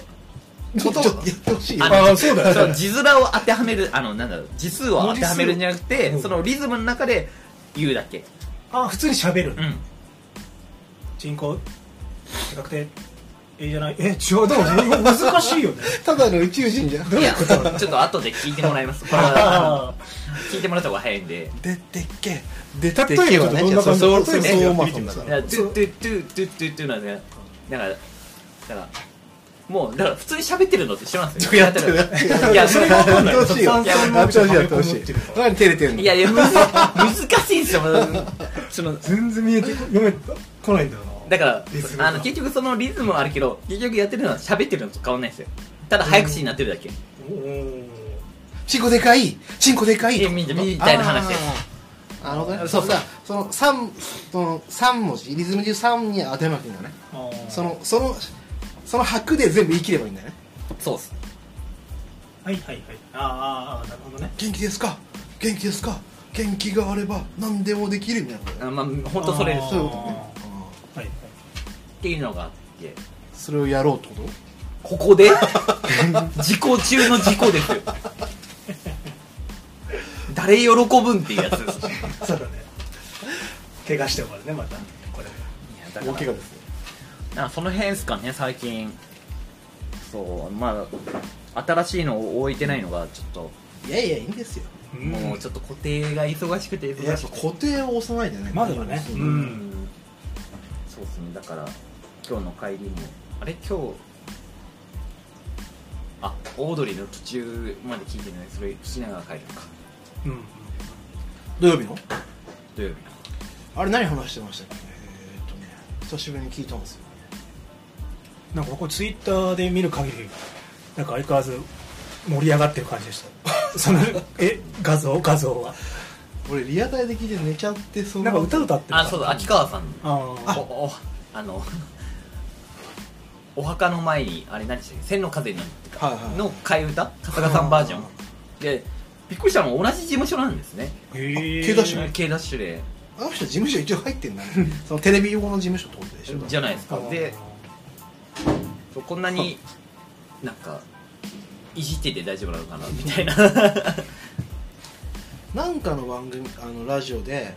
B: ちょっとやってほしいよ
A: あの
C: ああそうだよね
A: その字面を当てはめるあのなんだろう字数を当てはめるんじゃなくて、
C: 文字数
A: そのリズムの中で言うだけ
C: あ普通に喋る
A: うん
C: 人口高くてええじゃないえ違うでも難しいよね
B: ただの宇宙人じゃん
A: いやちょっと後で聞いてもらいますこれは
C: あ
A: 聞いてもらった方が早いんで
B: ででっけえで
C: あ例えばどんな感じ
B: そうそう
C: 例えば
B: そう
C: や
B: ま
C: って
B: そう
C: みて
A: だ
B: だか
A: かららトゥットゥットゥットゥットゥットゥなんでだからだからもうだから普通に喋ってるのと一緒なんですよ
B: やってるやってる
A: いやそれが分かんない
B: やってほしいよ
C: 三
A: 三
B: やってほしい
C: の
B: や
C: 用
B: ってほ
C: 紙には
B: しい
C: め込むっていうのが
B: 何照れてんの
A: いやいやむず難しいんですよその
C: 全然見えてこ読めこないんだよな
A: だから
C: リズムが
A: あの結局そのリズムはあるけど結局やってるのは喋ってるのと変わんないですよただ早口になってるだけ
C: おー
B: チンコでかいチンコでかい
A: えみみたいな話です
B: あーなるほどね
A: そうそう
B: だからその三その三文字リズム中三に当てはまっていいんだね
C: あー
B: そのそのその拍で全部言い切ればいいんだよね
A: そうっす
C: はいはいはいあーあーあーなるほどね
B: 元気ですか元気ですか元気があれば何でもできるみたいなことだ
A: あ
B: よ
A: まあ本当それです
C: あー
B: そういうことね
C: はいはい
A: っていうのがあって
B: それをやろうってこと
A: ここで <laughs> 事故中の事故ですよ <laughs> 誰喜ぶんっていうやつですい
C: そうだね怪我して終わるねまたこれ
A: やだ
B: 大
A: か
B: 怪
A: ら
B: 我ですね
A: なんかその辺ですかね最近そうまあ新しいのを置いてないのがちょっと、
B: いやいやいいんですよ
A: もうちょっと固定が忙しくて
B: や
A: 忙
B: っ
A: し
B: ぱ
A: くて
B: 固定を押さないでね
C: まだはね
B: そううん
A: そうですねだから今日の帰りもあれ今日あオードリーの途中まで聞いてないそれ聞きながら帰るのか
C: うん
B: 土曜日の
A: 土曜日の
B: あれ何話してましたっけえーっとね久しぶりに聞いたんですよね
C: なんかここツイッターで見る限りなんか相変わらず盛り上がってる感じでした <laughs> そのえ画像画像は
B: 俺リアタイで聞いて寝ちゃってそ
C: なんか歌歌ってる
A: あそうだ秋川さん
C: あ
A: お
C: あ
A: おあのお墓の前にあれ何でしたっけ「千の風になってか」
B: はいはい
A: の替え歌春日さんバージョン
B: あ
A: でびっくりしたのは同じ事務所なんですね
C: へえ
B: あケイダッシュね
A: K ダッシュで
B: あの人事務所一応入ってんだねそのテレビ用の事務所ってことでしょ
A: じゃないですか
C: で
A: でこんなになんかいじってて大丈夫なのかなみたいな
B: なんかの番組あのラジオで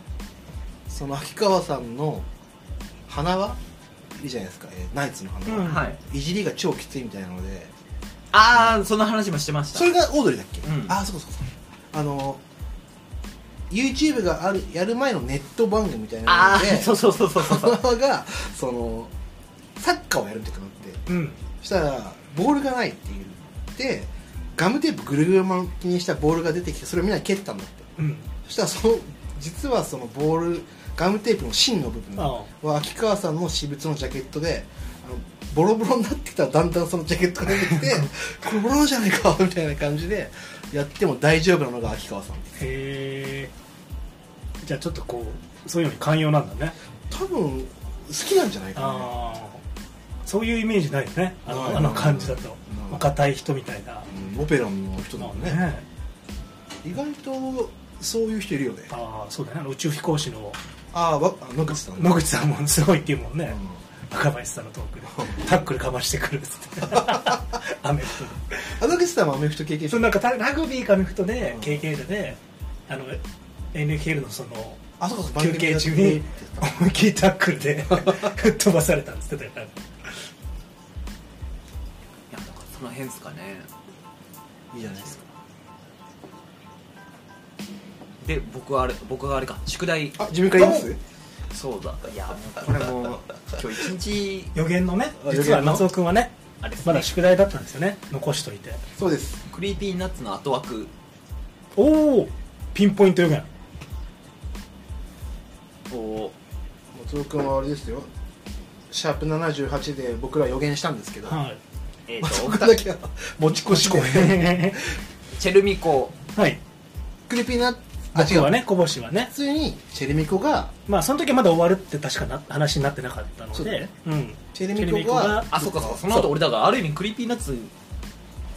B: その秋川さんの花輪いいじゃないですか、えーナイツの花輪、
C: うん
A: はい
B: いじりが超きついみたいなので
A: <laughs> ああその話もしてました
B: それがオードリーだっけ、
A: うん
B: ああそうかそうかあの YouTube があるやる前のネット番組みたいな
A: あ
B: ので
A: あそうそうそうそうそう <laughs>
B: 子供がそのサッカーをやるってなって
C: うん
B: そしたらボールがないって言ってガムテープぐるぐる巻きにしたボールが出てきてそれをみんな蹴ったんだって
C: うん
B: そしたらその実はそのボールガムテープの芯の部分
C: あ
B: は秋川さんの私物のジャケットであのボロボロになってきたらだんだんそのジャケットが出てき <laughs> てこれボロボロじゃないかみたいな感じでやっても大丈夫なのが秋川さん
C: へえじゃあちょっとこうそういうのに寛容なんだね
B: 多分好きなんじゃないかな
C: ああそういうイメージないよね
B: な
C: あ
B: い
C: のあの感じだと
B: い
C: お堅い人みたいな
B: うんオペラの人だもんね
C: ね
B: 意外とそういう人いるよね
C: ああそうだねあの宇宙飛行士の
B: ああわあ野口さん
C: 野
B: ね
C: 口さんもすごいっていうもんね、
B: うん
C: 赤林さんのトークでタックルかましてくるっつってアメフ
B: あ野口さんもアメフト経験
C: ト
B: 者
C: そのなんかタラグビーかアメフトで、
B: うん
C: KK でねあの NHK のその
B: あそうかそう番
C: 休
B: 組で
C: 憩
B: やって
C: 中
B: る
C: に思いっきりタックルで <laughs> 吹っ飛ばされたんつってたか
A: い
C: ら
A: やだからその辺ですかね
B: いいじゃないですか
A: で僕はあれ僕はあれか宿題
B: あ自分から言います
A: そうだいやもう
B: これもう
A: 今日一日
C: 予言のね
B: あ
C: 実は
B: 予言の
C: 松尾君はね
A: あれですね
C: まだ宿題だったんですよね残しといて
B: そうです
A: クリーピーナッツの後枠
C: おおピンポイント予言
A: を
B: 松尾君はあれですよシャープ78で僕ら予言したんですけど、
C: はい
A: えっ、
B: 松尾
A: と
B: 君だけは持ち越し公演 <laughs>
A: チェルミコ
C: はい
B: クリピーナッツあ
C: 僕
B: 違
C: は
B: う
C: ね小星はね
B: 普通にチェルミコが
C: まあその時はまだ終わるって確かな話になってなかったの
B: そうだ
C: で
B: ね
C: うん
B: チェルミコが
A: あそうかそうかその後俺だからある意味クリーピーナッツ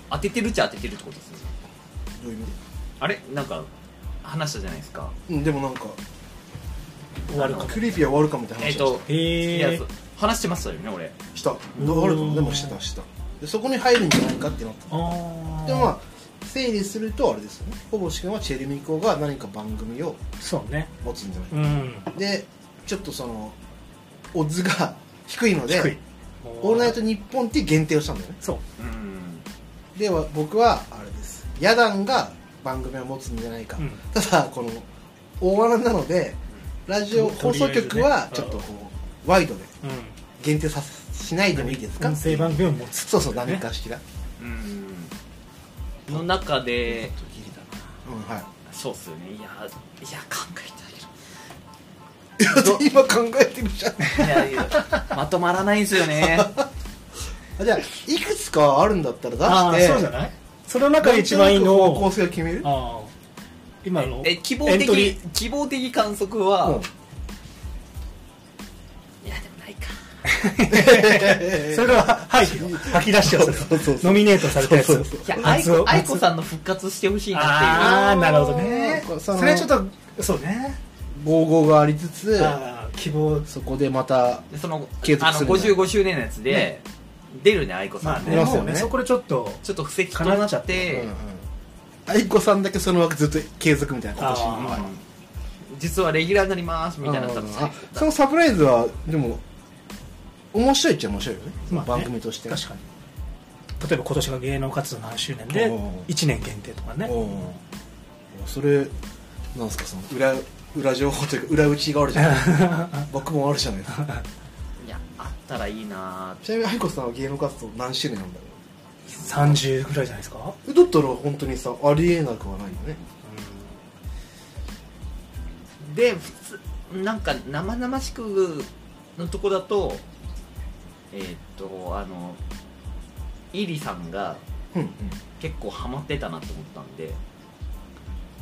A: 当ててるっちゃ当ててるってことですね
B: どういう意味
A: あれなんか話したじゃないですか
B: で、うん、でもなんか
C: 終わるかも
B: クリピーは終わるかみたいな
A: えっ、
B: 話を
A: と
C: へ
A: い
C: え
A: やそう話してましたよね俺
B: した、
C: ん
B: どうあるとでもしてたしてたでそこに入るんじゃないかってなった
C: ああ
B: でもまあ整理するとあれですよねほぼし君はチェルミコが何か番組を
C: そうね
B: 持つんじゃないか
C: うん
B: でちょっとそのオッズが低いので
C: 低い
B: 「オールナイトニッポン」っていう限定をしたんだよね
C: そう
A: うん
B: では僕はあれです野団が番組を持つんじゃないか、
C: うん
B: ただこの大穴なのでラジオ
C: と
B: 放
C: りあ
B: 送
C: えずね
B: 局はちょっとこうワイドで
C: う
B: 限定させしないでもいいです
C: ん
B: か
C: 音声番組を持つ
B: そうそう何かしら、
A: うんの中で
B: ギリだなうんはい
A: そうっすよねいやいや考え
B: いや
A: ど
B: 今考えてる
C: <laughs>
B: じゃん
A: たけどいやいやまとまらないんすよね
B: あじゃあいくつかあるんだったら
C: ああ
B: 出して
C: そうじゃないその中で一番いいの
B: なんとなく方向
C: を
B: 性を決める
C: ああ今の
A: <laughs> え希望
C: エントリ
A: 的
C: ー
A: 希望的観測は、
C: <laughs>
B: うん <laughs>
A: いやでもないか
C: それははい吐き出しよそれは
B: そうそうそう
C: ノミネートされたやつ
B: そうそうそう
A: いや愛子愛子
C: ん
A: さんの復活してほしいなっ
C: ああなるほどね
B: こうそ
C: そ
B: の
C: れはちょっとそうね
B: 合々がありつつ
C: ああ希望
B: そこでまた
A: ていうその
B: 継続
A: あ
B: す
A: の
B: るんだ
A: 55周年のやつで、出るね愛子さ
C: まあ
A: ん
C: ね
A: ね、
B: まあ
C: もうねそこでちょっと
A: ちょっと布石とな
C: 叶っちゃ
A: っ、
C: って
B: うんうん愛子さんだけその枠ずっと継続みたいな今年
C: あー
B: はい
A: 実はレギュラーになりますみたいなのだった
B: あ
A: ら
B: そのサプライズはでも面白いっちゃ面白いよね、
C: まあね
B: 番組として
C: 確かに例えば今年が芸能活動何周年で
B: おー
C: 1年限定とかね
B: お
C: <laughs>
B: ーそれなんですかその裏裏情報というか裏打ちがあるじゃない僕もあるじゃないですか <laughs>
A: いやあったらいいな
B: ちなみに愛子さんは芸能活動何周年なんだろ
C: 30ぐらいじゃないですか
B: うだったら本当にさありえなくはないよね
A: で普通なんか生々しくのとこだとえーっとあのイリさんが
B: うんうん
A: 結構ハマってたなと思ったんで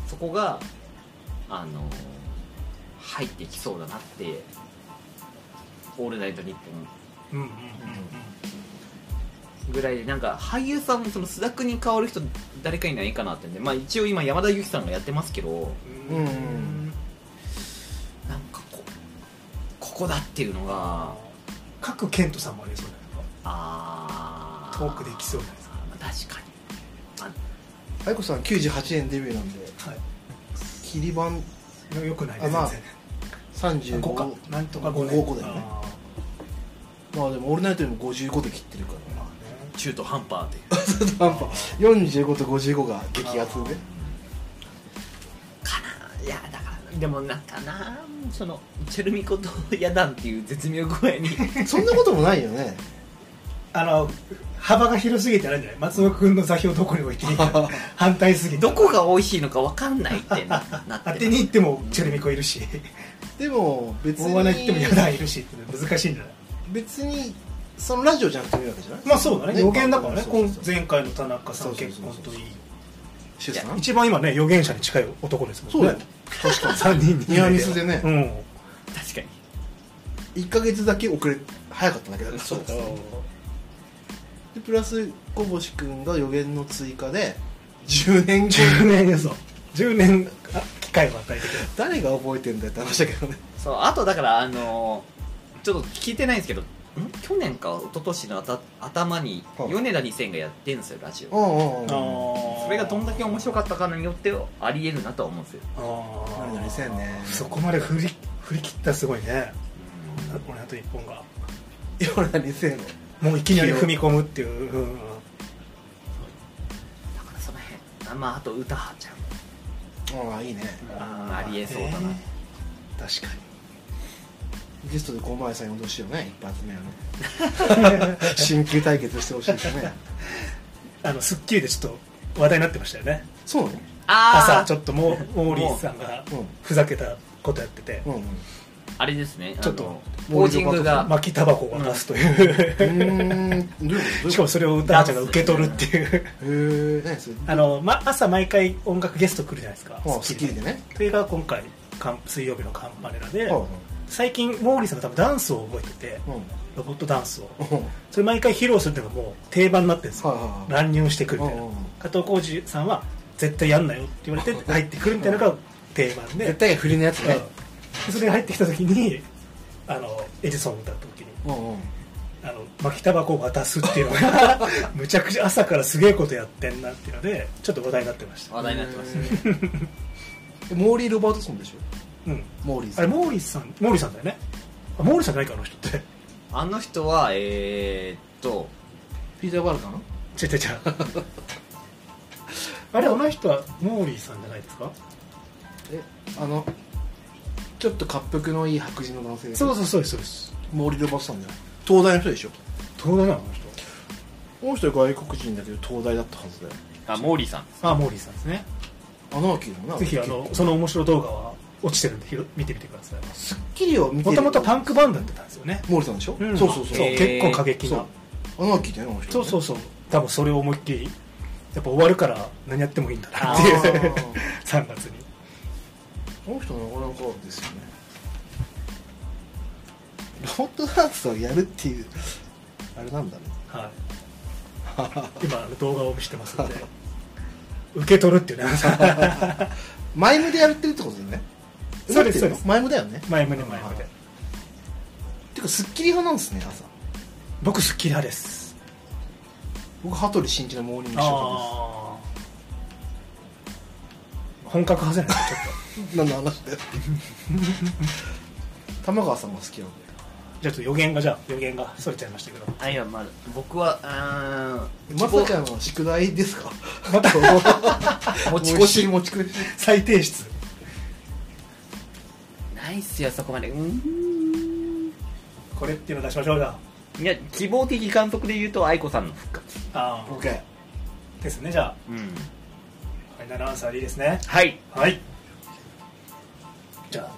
A: そこがあの入ってきそうだなって「オールナイトニッポン」
C: うんうんうん
A: ぐらいでなんか俳優さんもその須田君に変わる人誰かいないかなってんで、まあ、一応今山田裕貴さんがやってますけど
B: うんうん
A: なんかこここだっていうのが
C: 各ケントさんもありそうじゃないですか
A: あ
C: トークできそうじゃないです
A: あー確かに
B: 愛子さん98年デビューなんで
C: かは
B: 切り版
C: いよくないね
B: あまあ
C: 全然
B: 35
C: 5かなんとか5
B: 五個だよねまあでも「オールナイト」でも55で切ってるから
C: まあね
A: 中途半端で
B: 半端45と55が激アツで
A: かないやだからでもなんかなそのチェルミコとヤダンっていう絶妙具合 <laughs> に
B: そんなこともないよね
C: あの幅が広すぎてあれじゃない松尾君の座標どこに置いていいか
B: <laughs>
C: 反対すぎて
A: どこが美味しいのか分かんないってななって
C: 当
A: る
C: てに行ってもチェルミコいるし
B: でも別に
C: 大穴行ってもヤダンいるしっていうのは難しいんじゃない
B: 別にそのラジオじゃなくてもいいわけじゃない
C: <laughs> まあそうだね予言だからね
B: そう
C: 今
B: そうそう
C: 前回の田中さ
B: そ
C: ん
B: うそう
C: 結
B: そう
C: 婚
B: そう
C: といい
B: 出産
C: 一番今ね予言者に近い男ですも
B: そうんだ
C: ね
B: よ確かに
C: 3人に
B: ニアミスでね
C: うん
A: 確かに
B: 1か月だけ遅れ早かっただけだから
A: そう
B: でプラス小星君が予言の追加で10年後
C: 10年そう10年あ機会を与えてくれ
B: 誰が覚えてんだよって話だけどね
A: そうあとだからあのーちょっと聞いてないんですけどん去年か一昨年のあた頭に
B: はい
A: 米田2000がやってるんですよラジオ
B: んうん
C: そ
A: それがどんだけ面白かったかによってありえるなとは思うんですよ
C: あ
B: 何
C: ー
B: 々せんね
C: そこまで振り振り切ったらすごいね俺あと一本が
B: 夜何せんの
C: もういきなり踏み込むっていう、うん
A: だからその辺あまああと歌はちゃん
B: ああいいね
A: あーありえそうだな
C: 確かに
B: ゲストで駒井さん呼んでほしいよね一発目はね <laughs> 新旧対決してほしいですね
C: あの『スッキリ』でちょっと話題になってましたよね
B: そうなの
A: あ
C: 朝ちょ
A: っ
C: っともうモーリーさんが
B: うん
C: ふざけたことやってて、
B: うんうん
A: あれですね
C: ちょっと
A: あのポージングが
C: 巻きタバコを渡すという、
B: うーんどういうことどういうこと
C: しかもそれを歌ちゃんが受け取るっていう
B: へえ何それ
C: あの、ま、朝毎回音楽ゲスト来るじゃないですか
B: あスッキリでね
C: それが今回カン水曜日のカンパネラで、
B: うん
C: 最近モーリーさんが多分ダンスを覚えてて
B: うん
C: ロボットダンスを
B: うん
C: それ毎回披露するっていうのがもう定番になってるんですよ、
B: はいはいはい
C: 乱入してくるみたいな、
B: うんうんうん
C: 加藤浩次さんは絶対やんなよって言われて入ってくるみたいなのが定番で、
B: 絶対振りのやつね
C: うんそれが入ってきた時にあのエジソンを歌った時に
B: うんうん
C: あの巻きタバコを渡すっていうの <laughs> がむちゃくちゃ朝からすげえことやってんなっていうのでちょっと話題になってました、
A: 話題になってますね
B: えモーリー・ロバートソンでしょ
C: うん、
B: モーリー
C: あ
B: さん
C: れモーリーさんモーリーさんだよねあモーリーさんじゃないかあの人って <laughs>
A: あの人はえーっと
B: ピーター・バルカン
C: 違う違う <laughs> 違うあれあの人はモーリーさんじゃないですか
B: えあのちょっと滑覆のいい白人の男性
C: そうそうそうですそうです
B: モーリー・ロバートソンじゃない東大の人でしょ
C: 東大なのあの人
B: この人外国人だけど東大だったはずだよ
A: あモーリーさんです
C: あモーリーさんですね
B: アナーキーだな
C: ぜひあのその面白い動画は落ちてるんでひろ見てみてください
B: スッキリを見て
C: もともとパ
B: ン
C: ンクバンドやってたんですよね、
B: モーリーさんでしょ、
C: ん
B: そうそうそう、
C: そう
A: へー
C: 結構過激な
B: アナーキーだよねあの人
C: そうそううそう多分それを思いっきりやっぱ終わるから何やってもいいんだなって
B: あ
C: いう <laughs>
B: ー
C: 3月に
B: この人なかなかですよねロボットダンスをやるっていうあれなんだね
C: はい <laughs> 今あの動画を見せてますので受け取るっていうね
B: マイムでやってるってことだよね
C: そうですそうです
B: マイムだよね
C: 前胸前胸
B: てかスッキリ派なんですね朝
C: 僕好きだです
B: 僕羽鳥慎一のモーニングショー
C: ああ本格派じゃ
B: です
C: <laughs> ないですかちょっ
B: 何の話だよ <laughs> 玉川さんが好きなんだよ
C: とじゃあちょっと予言がじゃあ予言がそれちゃいましたけど
A: あいやまだ僕はあー
B: まさかの宿題ですか
C: <laughs>
B: <laughs>
C: また
A: 持ち越し
B: 持ち越し
C: 再提出
A: ないっすよそこまでうーん
C: これっていうの出しましょうじゃ
A: いや希望的監督で言うと愛子さんの復活
C: ああー
B: OK
C: ですねじゃあ
A: うん
C: ファイナルアンサーでいいですね
A: はい
C: はいじゃあ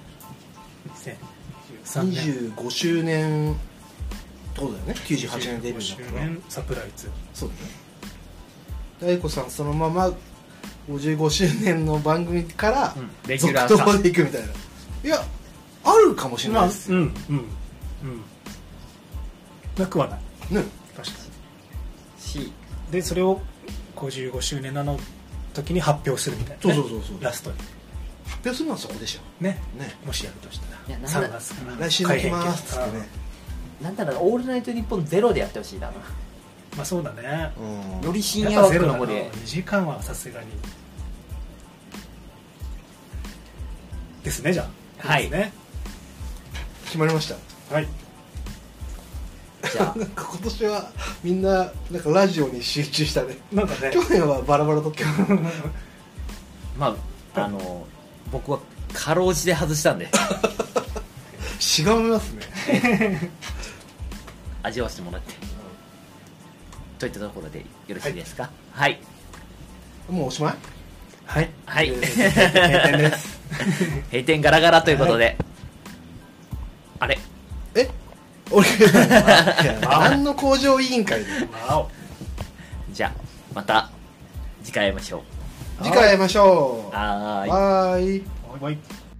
C: 2023年
B: 25周年ってことだよね98年デビュー
C: 25
B: だ
C: 周
B: ったから
C: 年サプライズ
B: そうだね大子さんそのまま55周年の番組から
A: うんレギュ
B: 続
A: ラーさ
B: 投でいくみたいないやあるかもしれないです
C: うん
B: よ、
C: うんうんなくはない
B: ね
C: 確か
A: し
C: にでそれを55周年なの時に発表するみたいな、
B: そう
C: ね、
B: そうそうそう
C: ラストに
B: 発表するのはそこでしょ
C: ね
B: ね
C: もしやるとした
A: いや
C: ら
A: なんだ
C: 3月から
B: 来週に来ますっつってね
A: なんだろうオールナイトニッポンゼロでやってほしいな
C: あーまあそうだね
B: うん
A: より深
C: や
A: 夜
C: っぱゼ
A: 枠の
C: ロだ
A: 方
C: な
A: で
C: 2時間はさすがにですねじゃあ
A: はい
C: ですね
B: 決まりました
C: はい
A: じゃあ
B: なんか今年はみんななんかラジオに集中したね
C: なんかね
B: 去年はバラバラ
A: <laughs>
B: だったけど
A: まああの僕はかろうじて外したんで
B: しがみますね
A: 味わわせてもらってといったところでよろしいですかはい
B: もうおしまい
C: はい
A: はい、
B: えー
C: 閉店です
A: <laughs> 閉店ガラガラということで、あれ
B: え <laughs> 俺何の工場委員会で
C: わ
A: じゃあまた次回会いましょう
B: 次回会いましょう
A: はーい
B: バイ
C: おバイバイ